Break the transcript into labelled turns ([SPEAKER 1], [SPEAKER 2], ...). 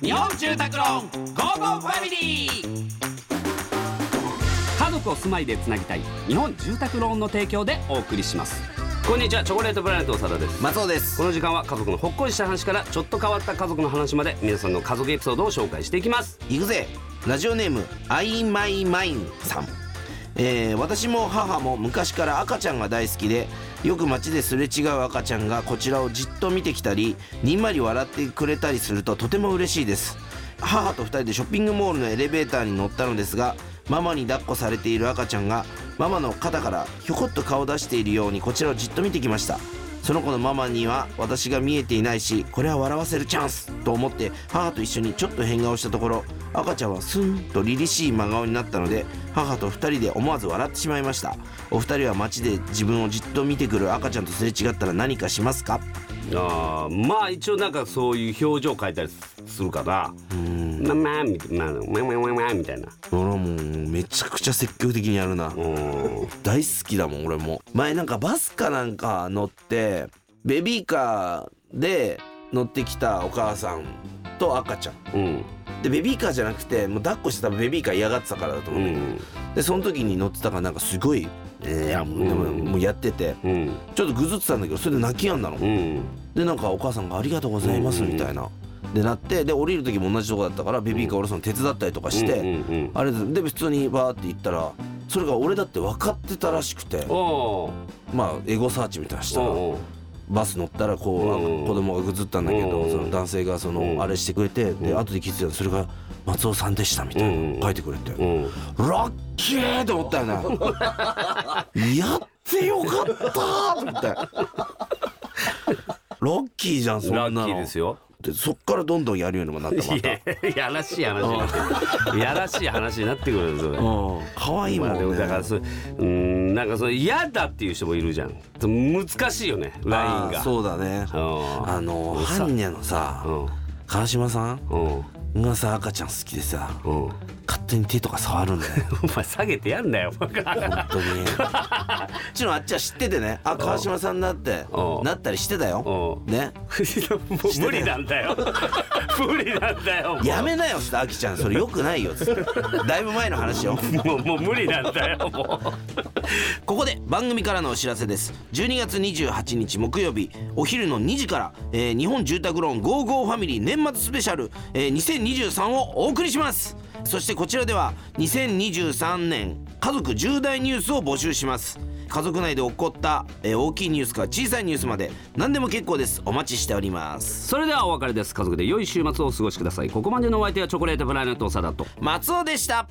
[SPEAKER 1] 日本住宅ローンゴーゴーファミリー家族を住まいでつなぎたい日本住宅ローンの提供でお送りしますこんにちはチョコレートプラネット長田です
[SPEAKER 2] 松尾です
[SPEAKER 1] この時間は家族のほっこりした話からちょっと変わった家族の話まで皆さんの家族エピソードを紹介していきます
[SPEAKER 2] 行くぜラジオネームアイマイマインさん、えー私も母も昔から赤ちゃんが大好きでよく街ですれ違う赤ちゃんがこちらをじっと見てきたりにんまり笑ってくれたりするととても嬉しいです母と2人でショッピングモールのエレベーターに乗ったのですがママに抱っこされている赤ちゃんがママの肩からひょこっと顔を出しているようにこちらをじっと見てきましたその子のママには私が見えていないしこれは笑わせるチャンスと思って母と一緒にちょっと変顔したところ赤ちゃんはスンと凛々しい真顔になったので母と2人で思わず笑ってしまいましたお二人は街で自分をじっと見てくる赤ちゃんとすれ違ったら何かしますか
[SPEAKER 1] あーまあ一応なんかそういう表情変えたりするかな
[SPEAKER 2] うん
[SPEAKER 1] まあまあみたいなまあまあまあまあまあみたいな
[SPEAKER 2] 俺はもうめちゃくちゃ積極的にやるな
[SPEAKER 1] うん
[SPEAKER 2] 大好きだもん俺も前なんかバスかなんか乗ってベビーカーで乗ってきたお母さんと赤ちゃん
[SPEAKER 1] うん
[SPEAKER 2] でベビーカーじゃなくてもう抱っこしてたベビーカー嫌がってたからだと
[SPEAKER 1] う
[SPEAKER 2] 思う、
[SPEAKER 1] ん
[SPEAKER 2] でその時に乗ってたからなんかすごい「えー、いやもうでも
[SPEAKER 1] うん
[SPEAKER 2] もうやってて
[SPEAKER 1] うん
[SPEAKER 2] ちょっとぐずってたんだけどそれで泣きやんだの、
[SPEAKER 1] うん
[SPEAKER 2] でなんかお母さんが「ありがとうございます」みたいな、でなってで降りる時も同じとこだったからベビーカー降ろすの手伝ったりとかして、
[SPEAKER 1] うんうんうん
[SPEAKER 2] あれで普通にバーって行ったらそれが俺だって分かってたらしくて
[SPEAKER 1] おー
[SPEAKER 2] まあエゴサーチみたいなのしたら
[SPEAKER 1] おー
[SPEAKER 2] バス乗ったらこう
[SPEAKER 1] うん
[SPEAKER 2] なんか子供がぐずったんだけ
[SPEAKER 1] う
[SPEAKER 2] ど
[SPEAKER 1] ん
[SPEAKER 2] その男性がそ
[SPEAKER 1] うん
[SPEAKER 2] のあれしてくれてで後で聞いてたらそれが松尾さんでしたみたい
[SPEAKER 1] うん
[SPEAKER 2] な書いてくれて
[SPEAKER 1] う。ん
[SPEAKER 2] ラッキーと思ったよねやってよかったと思ってラッキーじゃんそんな
[SPEAKER 1] ラ
[SPEAKER 2] の
[SPEAKER 1] ッキーですよ
[SPEAKER 2] でそっからどんどんやるようにもなったま
[SPEAKER 1] い
[SPEAKER 2] た
[SPEAKER 1] ややらしい話になってるやらしい話になってくるんですよね
[SPEAKER 2] うん可愛いも
[SPEAKER 1] ま
[SPEAKER 2] ん
[SPEAKER 1] あでも
[SPEAKER 2] ね
[SPEAKER 1] だからそううんなんかそれ嫌だっていう人もいるじゃん難しいよねライン
[SPEAKER 2] あー
[SPEAKER 1] が
[SPEAKER 2] そうだね
[SPEAKER 1] うん
[SPEAKER 2] あの
[SPEAKER 1] うん
[SPEAKER 2] ハンニャのさ
[SPEAKER 1] うん
[SPEAKER 2] 川島さ
[SPEAKER 1] うん
[SPEAKER 2] んがさ赤ちゃん好きでさ
[SPEAKER 1] うん お
[SPEAKER 2] 勝手に手とか触るんだ よ
[SPEAKER 1] 前下げてやんな よバカ
[SPEAKER 2] 本当にうちのあっちは知っててねあ川島さんだって
[SPEAKER 1] うん
[SPEAKER 2] なったりしてたよ
[SPEAKER 1] うん
[SPEAKER 2] ね
[SPEAKER 1] もう無理なんだよ無理なんだよもう
[SPEAKER 2] やめなよっつってあきちゃんそれよくないよっつ ってだいぶ前の話よ
[SPEAKER 1] もうもう無理なんだよも
[SPEAKER 2] ここで番組からのお知らせです12月28日木曜日お昼の2時から、えー日本住宅ローンゴーゴーファミリー年末スペシャル、えー2023をお送りしますそしてこちらでは2023年家族重大ニュースを募集します家族内で起こった、えー大きいニュースから小さいニュースまで何でも結構ですお待ちしております
[SPEAKER 1] うそれではお別れです家族で良い週末をお過ごしくださいここまでのお相手はチョコレートプラネット長田と
[SPEAKER 2] 松尾でした